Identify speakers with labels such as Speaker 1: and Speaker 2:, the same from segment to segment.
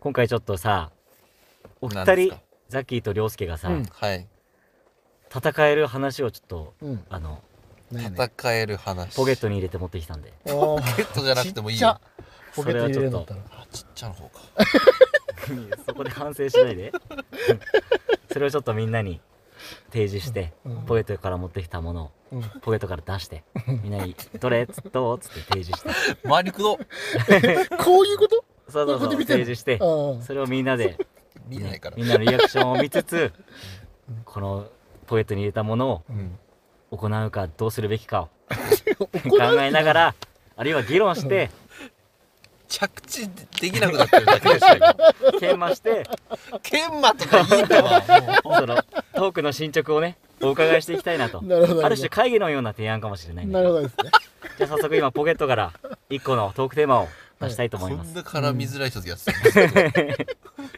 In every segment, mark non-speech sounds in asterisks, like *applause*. Speaker 1: 今回ちょっとさお二
Speaker 2: 何です
Speaker 1: 人
Speaker 2: か
Speaker 1: ザッキーと涼介がさ、
Speaker 3: うん
Speaker 2: はい
Speaker 1: 戦える話をちょっと
Speaker 3: うん。
Speaker 1: あの
Speaker 3: なんやねん
Speaker 2: 戦える話
Speaker 1: ポケットに入れて持ってきたんで
Speaker 3: おー
Speaker 2: ポケットじゃなくてもいい
Speaker 3: ちっち
Speaker 2: よ
Speaker 3: ゃポケットに入れるんだったら。
Speaker 2: あちっちゃな方か
Speaker 1: そこで反省しないでそれをちょっとみんなに提示して、
Speaker 3: うん
Speaker 1: ポケットから持ってきたものを
Speaker 3: うん
Speaker 1: ポケットから出してみんなに「どれっつどう?」っつって提示して
Speaker 2: 回りくど
Speaker 3: こういうこと
Speaker 1: そうそう
Speaker 3: こうやっ
Speaker 1: そ
Speaker 3: て
Speaker 1: う
Speaker 3: 見て
Speaker 1: 提
Speaker 3: んの
Speaker 1: 示して
Speaker 3: あ
Speaker 1: それをみんなで、
Speaker 2: 見ないから
Speaker 1: みんなのリアクションを見つつこのポケットに入れたもの
Speaker 2: うん
Speaker 1: を行うかどうするべきか
Speaker 3: *laughs*
Speaker 1: を
Speaker 3: あ。
Speaker 1: 考
Speaker 3: 怒ら
Speaker 1: えながらあるいは議論して
Speaker 2: 着地できなくなってるだけでしょ今
Speaker 1: 研磨して
Speaker 2: 研磨とかいいかはもう
Speaker 1: そのトークの進捗をねお伺いしていきたいなと
Speaker 3: なるほど
Speaker 1: ある種会議のような提案かもしれないんで
Speaker 3: なるほどですね。
Speaker 1: じゃあ早速今ポケットから1個のトークテーマを出したいと
Speaker 2: こ
Speaker 1: 思います
Speaker 2: んな絡みづらい人とやってたんですけ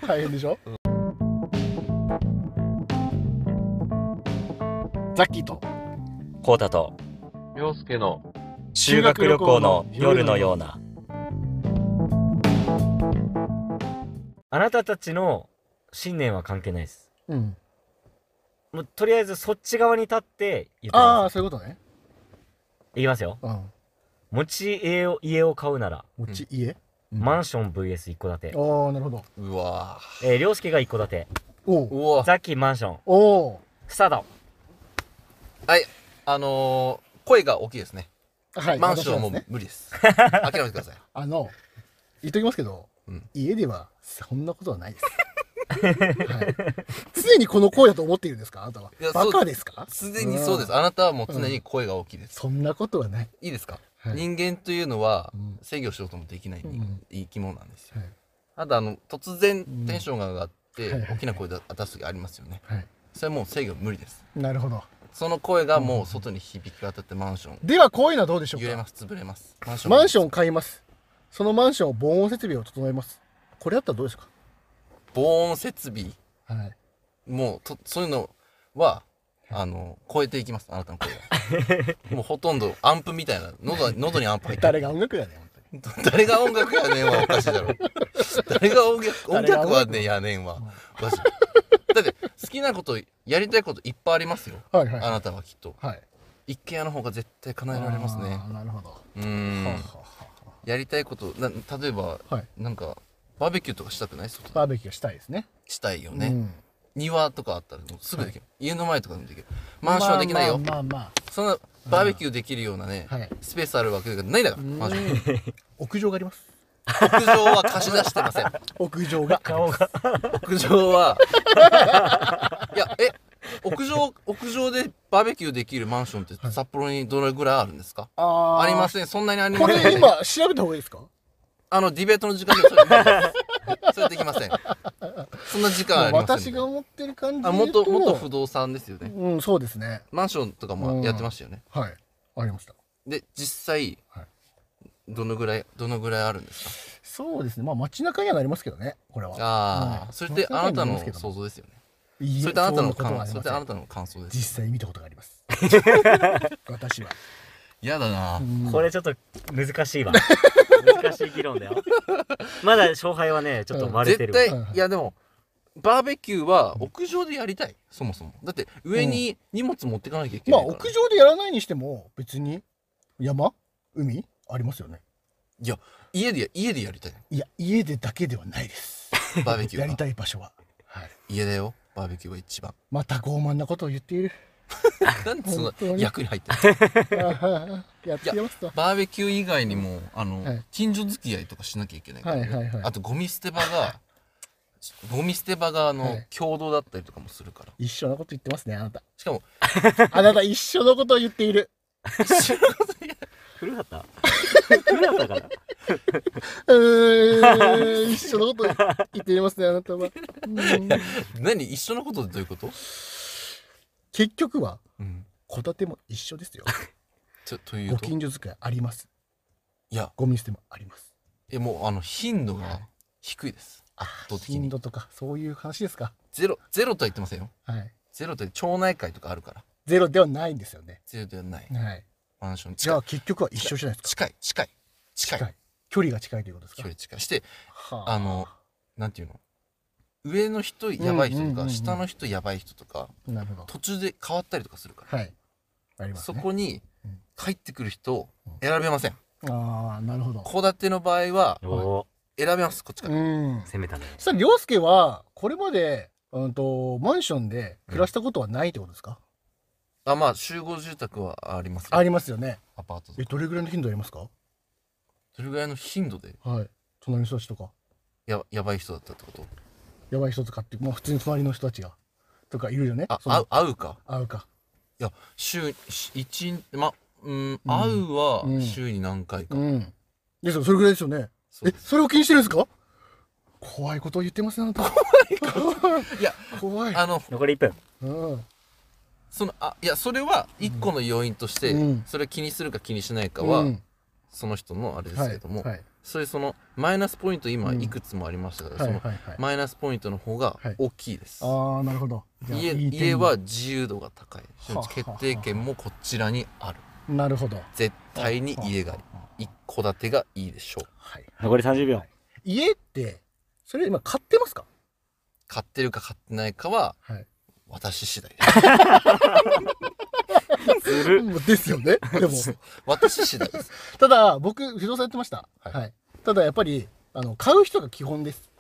Speaker 2: ど
Speaker 3: 大変でしょザッキーと
Speaker 1: コータと
Speaker 2: 陽介の
Speaker 1: 修学旅行の夜のようなあなたたちの信念は関係ないです
Speaker 3: うん
Speaker 1: もうとりあえずそっち側に立って言って
Speaker 3: ああ
Speaker 1: ます
Speaker 3: そういうことね
Speaker 1: いきますよ
Speaker 3: うん
Speaker 1: 持ち家を家を買うなら
Speaker 3: 持ち家
Speaker 1: マンション VS 一戸建て
Speaker 3: ああなるほど
Speaker 2: うわ
Speaker 1: えー、涼介が一戸建て
Speaker 3: お
Speaker 2: ー
Speaker 3: う
Speaker 2: うわ
Speaker 1: ザッキーマンション
Speaker 3: おお
Speaker 1: スタート
Speaker 2: はいあのー声が大きいですね
Speaker 3: うはい
Speaker 2: マンションはも
Speaker 3: 私なんです
Speaker 2: う
Speaker 3: ね
Speaker 2: 無
Speaker 1: *laughs*
Speaker 2: 理です諦めてください
Speaker 3: あの言っときますけど
Speaker 2: うん
Speaker 3: 家ではそんなことはないですはい常にこの声だと思っているんですかあなたはい
Speaker 2: や
Speaker 3: バ
Speaker 2: そう
Speaker 3: カですか
Speaker 2: すでにそうですあなたはもう常に声が大きいです
Speaker 3: そんなことはない
Speaker 2: いいですか
Speaker 3: はい
Speaker 2: 人間というのは
Speaker 3: うん
Speaker 2: 制御しようともできない人
Speaker 3: うん
Speaker 2: 生き物なんですよ
Speaker 3: はい
Speaker 2: あとあの突然テンションが上がっ
Speaker 3: うん
Speaker 2: て大きな声で出す時ありますよね
Speaker 3: はい
Speaker 2: それはもう制御無理です
Speaker 3: なるほど
Speaker 2: その声がもう外に響き渡ってマンション
Speaker 3: ではこういうのはどうでしょう
Speaker 2: 揺れ
Speaker 3: か
Speaker 2: ます潰れますマンション
Speaker 3: マンションを買いますそのマンションを防音設備を整えますこれだったらどうですか
Speaker 2: 防音設備
Speaker 3: はい
Speaker 2: もうとそういうのはあの超えていきますあなたの声がもうほとんどアンプみたいな喉喉にアンプ入ってる
Speaker 3: 誰が音楽やねん本
Speaker 2: *laughs* 誰が音楽やねんはおかしいだろ誰が音楽音
Speaker 3: 誰が音
Speaker 2: 楽
Speaker 3: 楽
Speaker 2: はねやねんはおかしいだって好きなことやりたいこといっぱいありますよ
Speaker 3: 当にはい
Speaker 2: あ
Speaker 3: は
Speaker 2: なたはきっと
Speaker 3: いはい
Speaker 2: 一軒家の方が絶対叶えられますね
Speaker 3: あーなるほど、
Speaker 2: うー
Speaker 3: はあ
Speaker 2: ん
Speaker 3: はあはあ
Speaker 2: やりたいことな例えば、
Speaker 3: はい
Speaker 2: なんかバーベキューとかしたくない外で
Speaker 3: バーベキューしたいですね
Speaker 2: したいよ
Speaker 3: う
Speaker 2: ね、
Speaker 3: ん
Speaker 2: 庭とかあったらもうすぐできる、家の前とかでもできるマンションはできないよ、
Speaker 3: まあまあまあ
Speaker 2: そんなバーベキューできるようなね、
Speaker 3: はい
Speaker 2: スペースあるわけがないんだからマンション
Speaker 3: 屋上があります
Speaker 2: 屋上は貸し出してません
Speaker 3: 屋上が
Speaker 1: 顔が
Speaker 2: 屋上はいやえ屋上屋上でバーベキューできるマンションって札幌にどれぐらいあるんですか、
Speaker 3: あ
Speaker 2: ありますせんそんなにあり
Speaker 3: こ
Speaker 2: ません
Speaker 3: れ今調べた方がいいですか
Speaker 2: あのディベートの時間でそれ無理ですそれできま
Speaker 3: *laughs*
Speaker 2: せんそんな時間ありません
Speaker 3: 私が思ってる感じで
Speaker 2: あ
Speaker 3: 言うと
Speaker 2: 元元不動産ですよね
Speaker 3: うんそうですね
Speaker 2: マンションとかもやってましたよね、
Speaker 3: はいありました
Speaker 2: で実際、
Speaker 3: はい
Speaker 2: どのぐらいどのぐらいあるんですか
Speaker 3: そうですねまあ街中にはなりますけどねこれは
Speaker 2: ああ、
Speaker 3: はい
Speaker 2: それってあなたの
Speaker 3: 街中にはりますけど
Speaker 2: 想像ですよね
Speaker 3: いいえ
Speaker 2: それってあなたの
Speaker 3: そんことは
Speaker 2: 感そ
Speaker 3: りま
Speaker 2: れ
Speaker 3: せ
Speaker 2: っ
Speaker 3: ん
Speaker 2: てあなたの感想です
Speaker 3: 実際見たことがあります
Speaker 2: *laughs*
Speaker 3: 私は
Speaker 2: 嫌だな、
Speaker 1: これちょっと難しい *laughs* わ難しい議論だよまだ勝敗はねちょっと割れて
Speaker 2: 絶
Speaker 1: る
Speaker 2: 対、
Speaker 3: はいはい
Speaker 2: いやでもバーベキューは屋上でやりたいそもそもだって上に荷物持ってかなきゃいけ
Speaker 3: ま
Speaker 2: な
Speaker 3: あ
Speaker 2: いから、
Speaker 3: 屋上でやらないにしても別に山海ありますよね
Speaker 2: いや家でや家でやりたい
Speaker 3: いや家でだけではないです
Speaker 2: バーベキュ
Speaker 3: や
Speaker 2: ー
Speaker 3: り
Speaker 2: は
Speaker 3: たい場所は、はい、
Speaker 2: 家だよバーベキューは一番
Speaker 3: また傲慢なことを言って
Speaker 2: *laughs*
Speaker 3: いる
Speaker 2: なんでそ
Speaker 3: 本当
Speaker 2: の
Speaker 3: に
Speaker 2: 役に入って
Speaker 3: *laughs*
Speaker 2: る
Speaker 3: やってますと
Speaker 2: バーベキュー以外にもあの、
Speaker 3: はい
Speaker 2: 近所付き合いとかしなきゃいけないから、ね
Speaker 3: はいはいはい
Speaker 2: あとゴミ捨て場がゴミ捨て場があの、
Speaker 3: はい
Speaker 2: 共同だったりとかもするから
Speaker 3: 一緒のこと言ってますねあなた
Speaker 2: しかも *laughs*
Speaker 3: あなた一緒のことを言っている
Speaker 1: 古かった古かったから
Speaker 3: う
Speaker 2: *laughs*
Speaker 3: ーん一緒のことを言っていますねあなたはうーん
Speaker 2: 何一緒のことでどういうこと、
Speaker 3: 結局は
Speaker 2: うん、
Speaker 3: 戸建ても一緒ですよ
Speaker 2: ちょという
Speaker 3: ご
Speaker 2: とい
Speaker 3: 近所付き合いあります
Speaker 2: や
Speaker 3: ゴミ捨てもあります
Speaker 2: いやもうあの頻度が低いです圧倒的
Speaker 3: 頻
Speaker 2: に
Speaker 3: 度とかそういう話ですか
Speaker 2: ゼロゼロとは言ってませんよ
Speaker 3: はい
Speaker 2: ゼロって町内会とかあるから
Speaker 3: ゼロではないんですよね
Speaker 2: ゼロではない
Speaker 3: はい
Speaker 2: マンション
Speaker 3: じ
Speaker 2: 近
Speaker 3: ゃ
Speaker 2: い
Speaker 3: あ結局は一緒じゃないです
Speaker 2: 近
Speaker 3: か
Speaker 2: い近い近い
Speaker 3: 距離が近いということです
Speaker 2: 距
Speaker 3: か
Speaker 2: 離近いして
Speaker 3: は
Speaker 2: あのなんていうの上の人やばい人
Speaker 3: う
Speaker 2: と
Speaker 3: んうんうんう
Speaker 2: か
Speaker 3: ん
Speaker 2: 下の人やばい人とか
Speaker 3: なるほど。
Speaker 2: 途中で変わったりとかするから
Speaker 3: はい。あります
Speaker 2: そ
Speaker 3: ね。
Speaker 2: こに
Speaker 3: うん
Speaker 2: 入ってくる人を選べません
Speaker 3: ああ、なるほど。
Speaker 2: 戸建ての場合は
Speaker 1: *laughs* おお
Speaker 2: 選べますこっちから
Speaker 3: うん。
Speaker 1: 攻めたね
Speaker 3: そしたら、凌介は、これまで、うんと、マンションで暮らしたことはないってことですか、
Speaker 2: あまあ集合住宅はあります
Speaker 3: あ
Speaker 2: よ
Speaker 3: りますよね。
Speaker 2: アパートと
Speaker 3: え、
Speaker 2: か
Speaker 3: どれぐらいの頻度ありますか
Speaker 2: どれぐらいの頻度で
Speaker 3: はい。隣の人たちとか、
Speaker 2: ややばい人だったってこと
Speaker 3: やばい人とかって、まあ普通に隣の人たちが、とかいるよね。
Speaker 2: あ
Speaker 3: その
Speaker 2: 合う合うか
Speaker 3: 会うか。
Speaker 2: いや週一まうん会うは
Speaker 3: うん
Speaker 2: 週に何回か、
Speaker 3: うん。ですよ、それぐらいですよね。
Speaker 2: そう
Speaker 3: え、それを気にしてるんですか怖いことを言ってますね、あなた。怖い
Speaker 2: いや *laughs*
Speaker 3: 怖い。
Speaker 2: あの
Speaker 1: 残り1分
Speaker 3: うん。
Speaker 2: そのあいやそれは一個の要因として、
Speaker 3: うん
Speaker 2: それを気にするか気にしないかは、
Speaker 3: うん
Speaker 2: その人のあれですけども、
Speaker 3: はい。
Speaker 2: そういうそのマイナスポイント今
Speaker 3: うん
Speaker 2: いくつもありましたから、
Speaker 3: はい。は
Speaker 2: そ
Speaker 3: い。
Speaker 2: の
Speaker 3: はいはい。
Speaker 2: マイナスポイントの方が
Speaker 3: はい
Speaker 2: 大きいです、
Speaker 3: ああ、なるほど。じゃあ
Speaker 2: 家
Speaker 3: いい点
Speaker 2: 家は自由度が高い
Speaker 3: はあ
Speaker 2: 決定権もこちらにある
Speaker 3: なるほど。
Speaker 2: 絶対に家がいい一戸建てがいいでしょう
Speaker 3: はい。
Speaker 1: 残り30秒
Speaker 3: 家って、それ今買ってますか
Speaker 2: 買ってるか買ってないかは
Speaker 3: はい。
Speaker 2: 私次第
Speaker 1: ずる
Speaker 3: もうですよね。
Speaker 2: *laughs*
Speaker 3: で
Speaker 2: で
Speaker 3: も、
Speaker 2: す私次第です
Speaker 3: ただ、僕、不動産やってました。
Speaker 2: はい
Speaker 3: はい。ただ、やっぱり、あの、買う人が基本です。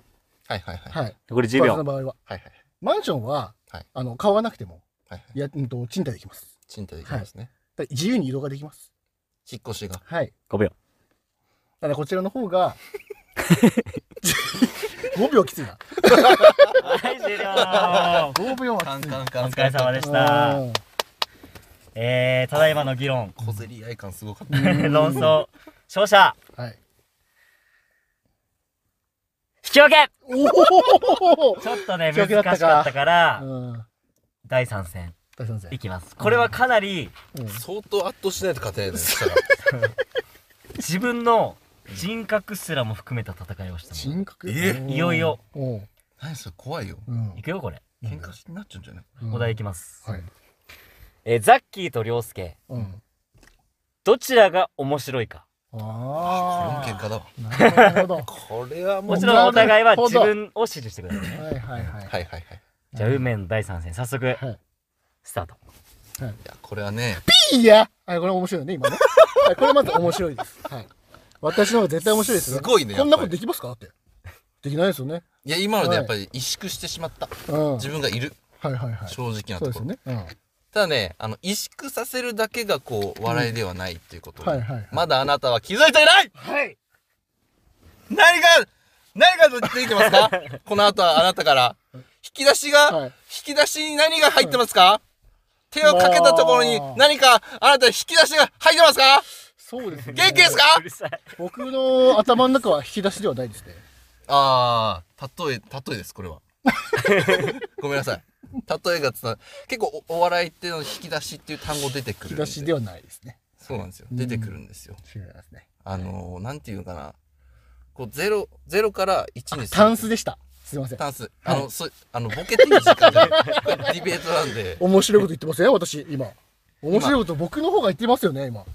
Speaker 2: はいはいはいはい
Speaker 3: はい。
Speaker 1: 残り10
Speaker 3: バーズの
Speaker 1: 秒
Speaker 3: 場合は。
Speaker 2: はい
Speaker 3: マンションは
Speaker 2: はい、
Speaker 3: あの、買わなくても、
Speaker 2: はいはい
Speaker 3: や、うんと、賃貸できます。
Speaker 2: 賃貸できますね、
Speaker 3: だから自由に移動ができます。
Speaker 2: 引っ越しが
Speaker 3: はい。
Speaker 1: 5秒
Speaker 3: だからこちらの方が *laughs* 5秒きついな
Speaker 1: はい終了
Speaker 3: 5秒はきつい
Speaker 1: お疲れ様でし
Speaker 3: う
Speaker 1: た
Speaker 3: ん
Speaker 1: えー、ただいまの議論
Speaker 2: 小競り合い感すごかった
Speaker 1: 論争勝者
Speaker 3: はい
Speaker 1: 引き分け
Speaker 3: おお
Speaker 1: ちょっとね
Speaker 3: 引き
Speaker 1: 難
Speaker 3: 分けだったか
Speaker 1: しかったから
Speaker 3: うん
Speaker 1: 第3戦
Speaker 3: 大賛成
Speaker 1: いきますこれはかなり
Speaker 3: うん
Speaker 2: 相当圧倒しないと勝てないですから
Speaker 1: *laughs* 自分の人格すらも含めた戦いをしたもん
Speaker 3: 人格
Speaker 2: え
Speaker 3: うん
Speaker 1: いよいよ
Speaker 3: おう
Speaker 2: 何それ怖いよ
Speaker 3: うん
Speaker 1: いくよこれ
Speaker 2: 喧嘩になっちゃうんじゃない
Speaker 3: うん
Speaker 1: お題いきます
Speaker 3: はい
Speaker 1: えーザッキーと涼介
Speaker 3: うん
Speaker 1: どちらが面白いか
Speaker 3: あ
Speaker 2: これも喧嘩だわ
Speaker 3: あなるほどは
Speaker 2: これはもう
Speaker 1: も
Speaker 2: は
Speaker 1: ちろんお互いは自分を支持してくださいね
Speaker 3: いはいはい
Speaker 2: いはいはい
Speaker 1: じゃあ運命の第3戦早速
Speaker 3: はい
Speaker 1: スタート
Speaker 2: いやこれはね
Speaker 3: いいやはいこれ面白いね今ねはいこれまず面白いですはい私の方が絶対面白いですね
Speaker 2: すごいね
Speaker 3: こんなこ
Speaker 2: や
Speaker 3: と
Speaker 2: っぱり
Speaker 3: できますかってできないですよね
Speaker 2: いや今のでやっぱり萎縮してしまった
Speaker 3: うんはい
Speaker 2: 自分がいる
Speaker 3: はいはい
Speaker 2: 正直な
Speaker 3: そ
Speaker 2: とこ
Speaker 3: うです
Speaker 2: ろ、
Speaker 3: ねうん
Speaker 2: ただねあの萎縮させるだけがこう笑いではないっていうこと、
Speaker 3: はいはいはい
Speaker 2: まだあなたは気づいていない
Speaker 3: はい
Speaker 2: 何が何が出てきます
Speaker 3: *laughs*
Speaker 2: かこの後はあなたから引き出しが、
Speaker 3: はい
Speaker 2: 引き出しに何が入ってますか、手をかけたところに
Speaker 3: もう
Speaker 2: 何かあなた引き出しが入ってますか
Speaker 3: そうですね。
Speaker 2: 元気ですか
Speaker 1: うるさい
Speaker 3: 僕の頭の中は引き出しではないですね。
Speaker 2: あー、例え、例えです、これ
Speaker 3: *laughs*
Speaker 2: は。ごめんなさい。例えがつな、結構おお笑いっていうの引き出しっていう単語出てくる
Speaker 3: 引
Speaker 2: ん
Speaker 3: き
Speaker 2: で。
Speaker 3: 出しではないですね。
Speaker 2: そうなんですよ。
Speaker 3: うん
Speaker 2: 出てくるんですよ。
Speaker 3: 違いますね。
Speaker 2: あのー、なんていうのかな。こう、ゼロ、ゼロから一にする。
Speaker 3: タンスでした。すいません。
Speaker 2: タンス。あの、そあの、ボケていい時間が、これディベートなんで。
Speaker 3: 面白いこと言ってますよ、私、今。面白いこと僕の方が言ってますよね、今。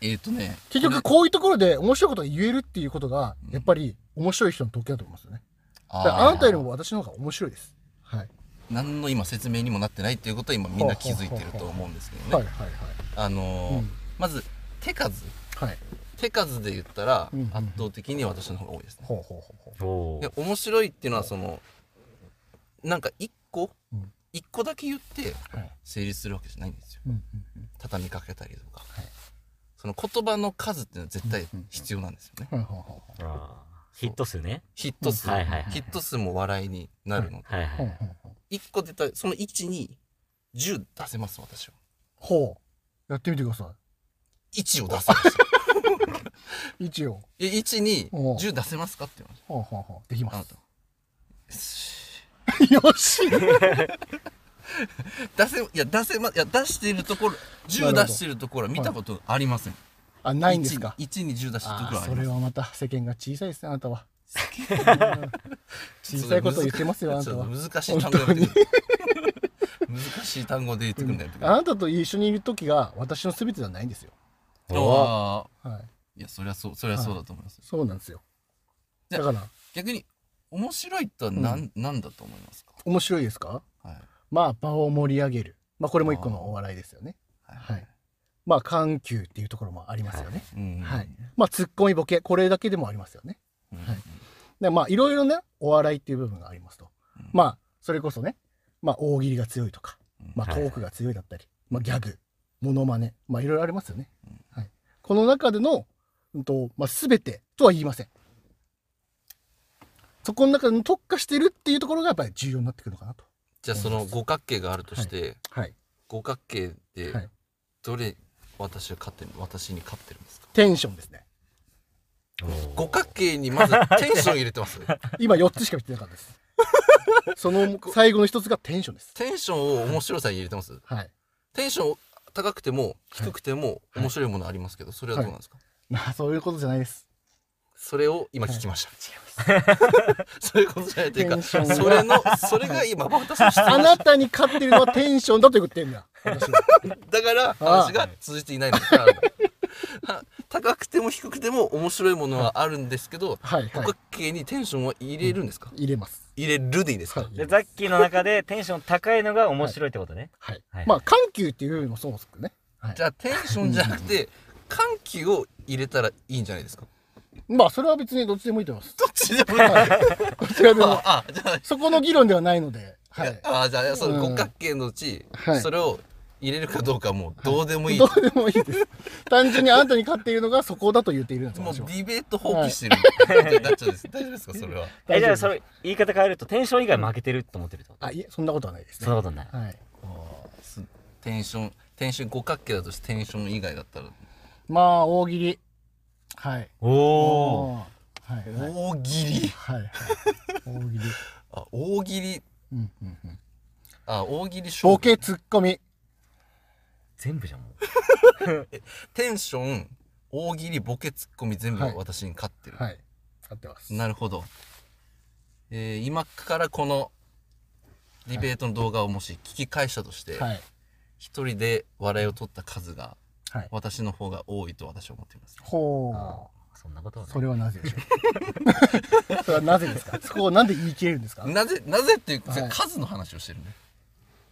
Speaker 2: えっ、ー、とね。
Speaker 3: 結局、
Speaker 2: これ、
Speaker 3: こういうところで面白いことが言えるっていうことが、やっぱり面白い人の特権だと思いますよね。だか
Speaker 2: ー
Speaker 3: らあなたよりも私の方が面白いです。はい。
Speaker 2: 何の今説明にもなってないっていうことは今みんな気づいてると思うんですけどね。
Speaker 3: はいはい
Speaker 2: あのー
Speaker 3: うん
Speaker 2: まず、手数。
Speaker 3: はい。はい。
Speaker 2: 手数で言ったら
Speaker 3: うんうんうん
Speaker 2: 圧倒的に私の方が多いですね。
Speaker 3: ほうほうほうほ
Speaker 1: お
Speaker 2: で
Speaker 1: ー
Speaker 2: 面白いっていうのはそのなんか一個
Speaker 3: うん
Speaker 2: 一個だけ言って
Speaker 3: う。はい。
Speaker 2: 成立するわけじゃないんですよ。
Speaker 3: うん
Speaker 2: 畳みかけたりとか
Speaker 3: はい。
Speaker 2: その言葉の数っていうのは絶対必要なんですよね。
Speaker 3: うん。はいはいはい
Speaker 1: あーヒット数ね
Speaker 2: ヒット数。
Speaker 1: はいはいはい
Speaker 2: ヒット数も笑いになるので。
Speaker 1: はいは
Speaker 3: はい
Speaker 1: い
Speaker 3: はいはい。
Speaker 2: 一個出たその1に10出せます私は。
Speaker 3: ほう。やってみてくださ
Speaker 2: 1を出せ
Speaker 3: *laughs*
Speaker 2: ます。
Speaker 3: い。一応。
Speaker 2: え1に
Speaker 3: おう
Speaker 2: 10出せますかって言われ
Speaker 3: ほうほうほう。でき
Speaker 2: ま
Speaker 3: ま
Speaker 2: した。あなた。
Speaker 3: す。 *laughs* よし。
Speaker 2: 出せ、いや、出せま、いや、出しているところ、
Speaker 3: な
Speaker 2: 10
Speaker 3: るほ
Speaker 2: 出
Speaker 3: ど
Speaker 2: しているところは見たことありません。
Speaker 3: あ、ないんですか。
Speaker 2: 1, に10出してるところ
Speaker 3: あ
Speaker 2: はあ
Speaker 3: ーそ
Speaker 2: りま
Speaker 3: れ
Speaker 2: す。
Speaker 3: はまた世間が小さいですねあなたは
Speaker 2: ちょ
Speaker 3: 小
Speaker 2: っ
Speaker 3: さいことを言ってますよあな
Speaker 2: ち
Speaker 3: た
Speaker 2: ょ
Speaker 3: は
Speaker 2: っと難しい単語やめてくれ難しい単語で言ってくんだよ。
Speaker 3: あなたと一緒にいる時が私の全てではないんですよ
Speaker 1: おー
Speaker 2: ああ。
Speaker 3: はい
Speaker 2: いや、そりゃそう、そりゃそうだと思います。
Speaker 3: そうなんですよ
Speaker 2: じ
Speaker 3: だ
Speaker 2: ゃ
Speaker 3: から
Speaker 2: 逆に、面白いとは何、ん、何だと思いますか、
Speaker 3: 面白いですか
Speaker 2: はい
Speaker 3: まあ場を盛り上げる。まあこれも一個のお笑いですよね。
Speaker 2: は
Speaker 3: はいまあ緩急っていうところもありますよね。
Speaker 2: うん
Speaker 3: はい。まあツッコミボケ、これだけでもありますよね。
Speaker 2: うん
Speaker 3: はいでまあいろいろね、お笑いっていう部分がありますと。
Speaker 2: うん
Speaker 3: まあそれこそね、まあ大喜利が強いとか、
Speaker 2: うん
Speaker 3: まあ、
Speaker 1: は
Speaker 3: ト
Speaker 1: い
Speaker 3: ークが強いだったり、まあ、ギャグ、モノマネ、まあ、いろいろありますよね
Speaker 2: うん。
Speaker 3: はい、この中での、うんとまあ、全てとは言いません。そこの中での特化してるっていうところがやっぱり重要になってくるのかなと。
Speaker 2: じゃあその五角形があるとして、
Speaker 3: はい、
Speaker 2: 五角形で
Speaker 3: はい
Speaker 2: どれ私が勝ってる私に勝ってるんですか
Speaker 3: テンションです *laughs* ね。
Speaker 2: 五角形にまずテンション入れてますね
Speaker 3: 今4つしか見てなかったです。 *laughs* その最後の一つがテンションです。
Speaker 2: テンションを面白さに入れてます
Speaker 3: はい。
Speaker 2: テンション高くても
Speaker 3: はい
Speaker 2: 低くても面白いものありますけどそれはどうなんですか、
Speaker 3: まあ、そういうことじゃないです。
Speaker 2: それを今聞きました、そういうことじゃないという
Speaker 3: テ
Speaker 2: か
Speaker 3: ンションが
Speaker 2: それのそれが今私の質
Speaker 3: *laughs* あ
Speaker 2: 問
Speaker 3: なたに勝ってるのはテンションだと言ってんだ。私は。
Speaker 2: だから話が通じていないのかな *laughs* 高くても低くても面白いものはあるんですけど
Speaker 3: はい、
Speaker 2: 五
Speaker 3: はい
Speaker 2: 角。形にテンションは入れるんですか、
Speaker 3: 入れます。
Speaker 2: 入れるでいいですか、
Speaker 3: はい
Speaker 1: でザッキーの中でテンション高いのが面白いってことね。
Speaker 3: はい
Speaker 1: はい。
Speaker 3: まあ、緩急っていうのもそうですけどね。はい
Speaker 2: じゃあテンションじゃなくて緩急を入れたらいいんじゃないです *laughs* か
Speaker 3: まあそれは別にどっちでもいいと思います。
Speaker 2: どっちでもいい
Speaker 3: はい、こちらでも
Speaker 2: ああじゃあ
Speaker 3: そこの議論ではないので、はい、
Speaker 2: あじゃあその
Speaker 3: うん
Speaker 2: 五角形のうち、
Speaker 3: はい
Speaker 2: それを入れるかどうかはもうどうでもいい、
Speaker 3: どうでもいいです。単純にあなたに勝っているのがそこだと言っているんです。
Speaker 2: もう
Speaker 3: 私
Speaker 2: デ
Speaker 3: は
Speaker 2: ィベート放棄してるみたいになっちゃうん *laughs* です大丈夫ですかそれは
Speaker 1: えじゃあ
Speaker 3: 大丈
Speaker 1: そ
Speaker 3: 夫です
Speaker 1: れ言い方変えるとテンション以外負けてるって思ってるってこと
Speaker 3: あいえそんなことはないです
Speaker 1: そんな
Speaker 3: ね。
Speaker 1: ことない。
Speaker 3: はい。
Speaker 2: すテンションテンション五角形だとしてテンション以外だったら
Speaker 3: まあ大喜利。はい。
Speaker 1: おお。
Speaker 3: おー。はいはい
Speaker 2: 大喜利
Speaker 3: はいはい。大喜利。
Speaker 2: あ大喜利
Speaker 3: うんうんうん。
Speaker 2: あ大喜利勝
Speaker 3: ボ
Speaker 2: 負
Speaker 3: ケツッコミ。
Speaker 1: 全部じゃんも
Speaker 2: テンション大喜利ボケツッコミ全部
Speaker 3: はい
Speaker 2: 私に勝ってる、
Speaker 3: はい。勝ってます。
Speaker 2: なるほど、えー今からこのディベートの動画をもし聞き返したとして、
Speaker 3: はい
Speaker 2: 一人で笑いを取った数が
Speaker 3: はい。
Speaker 2: 私の方が多いと私は思っています
Speaker 3: ほ
Speaker 1: う。
Speaker 3: う。
Speaker 1: そんなことはない
Speaker 3: それはなぜでしょう。そ *laughs* れはなぜですか。そこをなんで言い切れるんですか。
Speaker 2: なぜなぜっていうか、
Speaker 3: はい
Speaker 2: 数の話をしてるね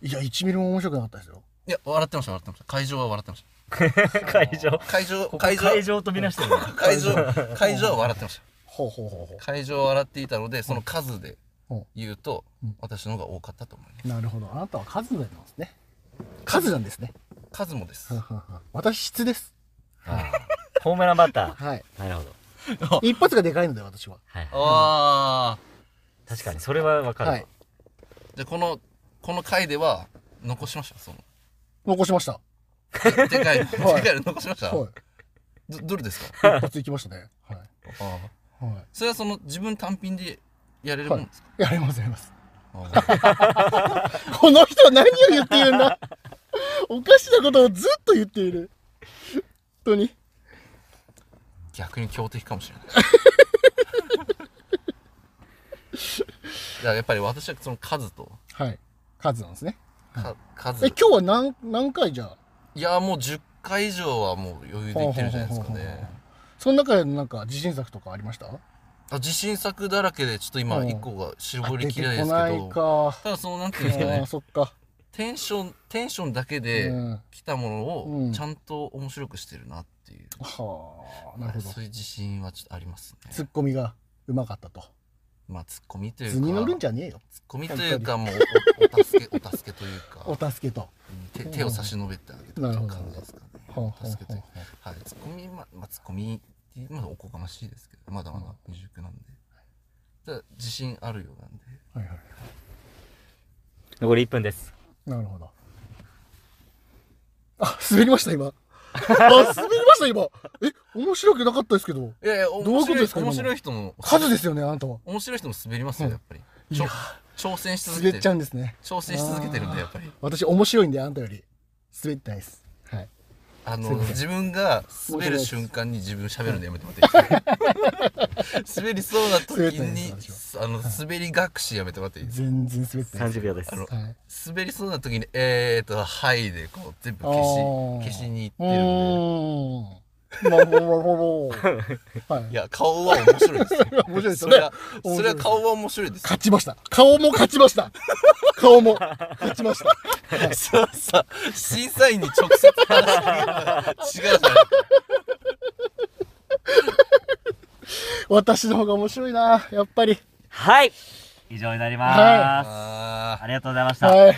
Speaker 3: いや一ミリも面白くなかったですよ。
Speaker 2: いや笑ってました笑ってました会場は笑ってまし
Speaker 1: *laughs* 会場。
Speaker 2: た会場
Speaker 1: ここ
Speaker 2: 会場
Speaker 1: 会場とみなしてるな。
Speaker 2: 会場会場は笑ってました
Speaker 3: ほうほうほうほう。
Speaker 2: 会場は笑っていたのでその数で
Speaker 3: うん
Speaker 2: 言うと、
Speaker 3: うん
Speaker 2: 私の方が多かったと思います
Speaker 3: なるほど。あなたは数なんですね。数なんですね。
Speaker 2: 数もです
Speaker 3: 私質です。
Speaker 1: あーホームランバッタ
Speaker 3: はい。
Speaker 1: ー。なるほど。
Speaker 3: 一発がでかいので私は。
Speaker 1: はいはい。
Speaker 2: ああ
Speaker 1: 確かにそれはわかる
Speaker 3: は
Speaker 1: わ
Speaker 3: い。。
Speaker 2: じゃあこのこの回では残しましたその
Speaker 3: 残しました。
Speaker 2: ででかい、で
Speaker 3: *laughs* はい
Speaker 2: かいの残しました。
Speaker 3: は
Speaker 2: どどれですか。
Speaker 3: い。一発いきましたね。はい。
Speaker 2: ああ
Speaker 3: は
Speaker 2: それはその自分単品でやれる
Speaker 3: い。
Speaker 2: も
Speaker 3: は
Speaker 2: ん
Speaker 3: い
Speaker 2: ですか。、
Speaker 3: やりますやります。
Speaker 2: ああ
Speaker 3: *laughs* この人は何を言っているん *laughs* だおかしなことをずっと言っている。本当に。
Speaker 2: 逆に強敵かも
Speaker 3: *laughs*
Speaker 2: しれない。じゃあやっぱり私はその数と、
Speaker 3: はい。数なんですね。
Speaker 2: か数
Speaker 3: え、今日は何、何回じゃあ
Speaker 2: いやもう10回以上はもう余裕でいってるんじゃないですか
Speaker 3: ほうほうほうほう
Speaker 2: ね。
Speaker 3: その中でなんか自信作とかありました
Speaker 2: あ自信作だらけでちょっと今
Speaker 3: うん
Speaker 2: 一個が
Speaker 3: あ
Speaker 2: 絞り
Speaker 3: 出
Speaker 2: き
Speaker 3: て
Speaker 2: れないで
Speaker 3: こ
Speaker 2: す
Speaker 3: な
Speaker 2: け
Speaker 3: い
Speaker 2: ど、
Speaker 3: か。
Speaker 2: ただそのなんていうんですか
Speaker 3: *laughs* ああ、
Speaker 2: ね、
Speaker 3: そっか。
Speaker 2: テンションテンションだけで
Speaker 3: うん
Speaker 2: 来たもの
Speaker 3: う
Speaker 2: を
Speaker 3: ん
Speaker 2: ちゃんと面白くしてるなっていう。
Speaker 3: はあ、なるほど
Speaker 2: そ。ういう自信はちょっとあります
Speaker 3: ツ
Speaker 2: ね
Speaker 3: ッコミがうまかったと。
Speaker 2: まあツッコミというか
Speaker 3: 図に乗るんじ
Speaker 2: ゃ
Speaker 3: ゃねえよ。
Speaker 2: ツッコミというかもうおおお助け *laughs* お助けというか
Speaker 3: お助けと。
Speaker 2: うん手手を差し伸べてあげたという感じですかね
Speaker 3: ほう
Speaker 2: お
Speaker 3: ほう
Speaker 2: 助けとい
Speaker 3: ほ
Speaker 2: ううはいツッコミままあツッコミってまだおこがましいですけどまだまだ未熟なんでただ自信あるようなんで
Speaker 3: はいはい。
Speaker 1: 残り1分です。
Speaker 3: なるほど。あ、滑りました、今。あ、滑りました、今。え、面白くなかったですけど。
Speaker 2: いやいや
Speaker 3: ういうことですか
Speaker 2: 面白い面白い人も
Speaker 3: 数ですよね、あなたは。
Speaker 2: 面白い人も滑りますよやっぱり
Speaker 3: い
Speaker 2: ちょ
Speaker 3: や
Speaker 2: 挑戦し続
Speaker 3: 滑
Speaker 2: け
Speaker 3: ってちゃうんですね。
Speaker 2: 挑戦し続けてるんでやっぱり
Speaker 3: 私、面白いんで、あなたより。滑ってないです。はい。
Speaker 2: あ
Speaker 3: すい
Speaker 2: の
Speaker 3: ません
Speaker 2: 自分が滑る瞬間に自分喋るのやめてもらっていいですか滑りそうな時
Speaker 3: 滑ってない
Speaker 2: に
Speaker 3: です
Speaker 2: あの滑り学習やめてもらっていいです
Speaker 3: 全然滑ってないです。
Speaker 1: 30秒です
Speaker 2: あ。の
Speaker 3: はい。
Speaker 2: 滑りそうな時に「えー」と「はい」でこう全部
Speaker 3: あー
Speaker 2: 消し消しにいって
Speaker 3: う
Speaker 2: るんで
Speaker 3: ーん。まあ、まあ、まあ、まあはい
Speaker 2: い。や、顔は面白いですよ。
Speaker 3: 面白いです
Speaker 2: そ
Speaker 3: よね
Speaker 2: り。ゃ、そりゃ顔は面白いですよ。
Speaker 3: 勝ちました。顔も勝ちました。顔も勝ちました。
Speaker 2: そうさ、審査員に直接話して違うじゃん。
Speaker 3: 私の方が面白いな、やっぱり。
Speaker 1: はい以上になります、
Speaker 3: は
Speaker 2: あ
Speaker 1: ありがとうございました、
Speaker 3: はい。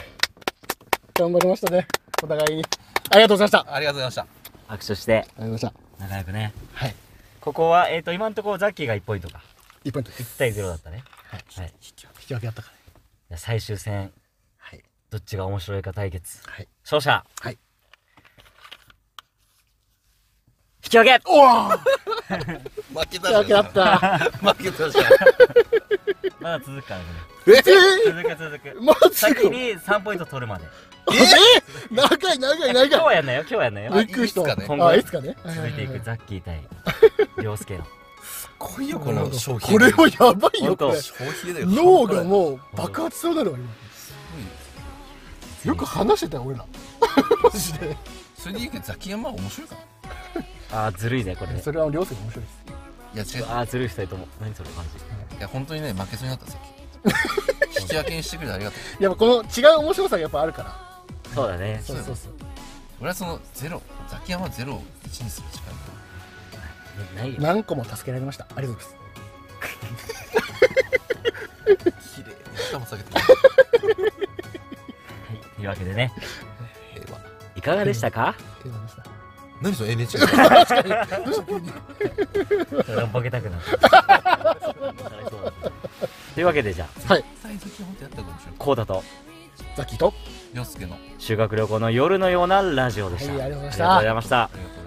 Speaker 3: 頑張りましたね。お互いに。ありがとうございました。あ
Speaker 2: ーありがとうございました。
Speaker 1: 握手して
Speaker 3: りがとうございま
Speaker 1: 仲良くね
Speaker 3: した。はい。
Speaker 1: ここはえっ、と今のところザッキーが1ポイントか
Speaker 3: 1ポイントです。
Speaker 1: 1対0だったね
Speaker 3: はい。
Speaker 1: はい
Speaker 3: 引き分け引き分けあったからね。
Speaker 1: じゃあ最終戦
Speaker 3: はい。
Speaker 1: どっちが面白いか対決
Speaker 3: はい。
Speaker 1: 勝者
Speaker 3: はい
Speaker 1: 引き分け
Speaker 3: おわ
Speaker 2: 負けた
Speaker 3: 引き分け
Speaker 2: じ
Speaker 3: あ
Speaker 2: ゃん
Speaker 3: っ。た。
Speaker 2: 負けたじゃん。
Speaker 1: まだ続くからね
Speaker 3: え
Speaker 1: 続く続く
Speaker 3: ー、 *laughs* マジ
Speaker 1: 先に
Speaker 3: か。
Speaker 1: 3ポイント取るまで
Speaker 3: えー、長い長
Speaker 1: 今
Speaker 3: い
Speaker 1: 日
Speaker 3: 長い。
Speaker 1: はやんないよ今日はやんないよ
Speaker 2: あ
Speaker 3: びっくりした。
Speaker 2: いつかね
Speaker 1: 今後
Speaker 3: あ、いつかね。
Speaker 1: 続いてい
Speaker 3: は
Speaker 1: く
Speaker 3: は
Speaker 1: ザッキー
Speaker 3: *laughs*
Speaker 1: 対涼介の
Speaker 2: こいよ、
Speaker 3: は
Speaker 2: こ
Speaker 3: い
Speaker 2: の商品。
Speaker 3: これはやばい
Speaker 1: ほん
Speaker 3: よ、
Speaker 1: と
Speaker 3: これ。
Speaker 2: 消費だよ。
Speaker 3: 脳がもう爆発しそうだろ、今。よく話してたよ、俺ら。マジで。
Speaker 2: それでいいけど、ザキヤマは面白いかな
Speaker 1: あーずるいねこれね
Speaker 3: それは両親が面白いです。
Speaker 2: いや、違う。
Speaker 1: あーずるい2人とも何それマジ
Speaker 2: いや、本当にね、負けそうになった、さっき。引き分けにしてくれてありがとう。
Speaker 3: やっぱこの違う面白さがやっぱあるから。
Speaker 1: そうだね
Speaker 3: そうそうそう。
Speaker 2: 俺はそのゼロ、ザキヤマゼロを一にする力
Speaker 1: ないよ
Speaker 3: 何個も助けられました。ありがとうございま
Speaker 2: 綺麗に頭下げてる。
Speaker 1: はいというわけでね
Speaker 2: 平和。
Speaker 1: いかがでしたか
Speaker 3: す。ありがとうございました。
Speaker 2: *laughs* 何それ NHK だ *laughs*
Speaker 1: それをボケたくなったそれそうだねというわけでじゃあ
Speaker 3: はい、
Speaker 2: 最先本当やったら面白い
Speaker 1: コータと
Speaker 3: ザキと。
Speaker 2: 洋介の
Speaker 1: 修学旅行の夜のようなラジオでした、
Speaker 3: はいありがとうございました
Speaker 1: ありがとうございました
Speaker 2: ありがとう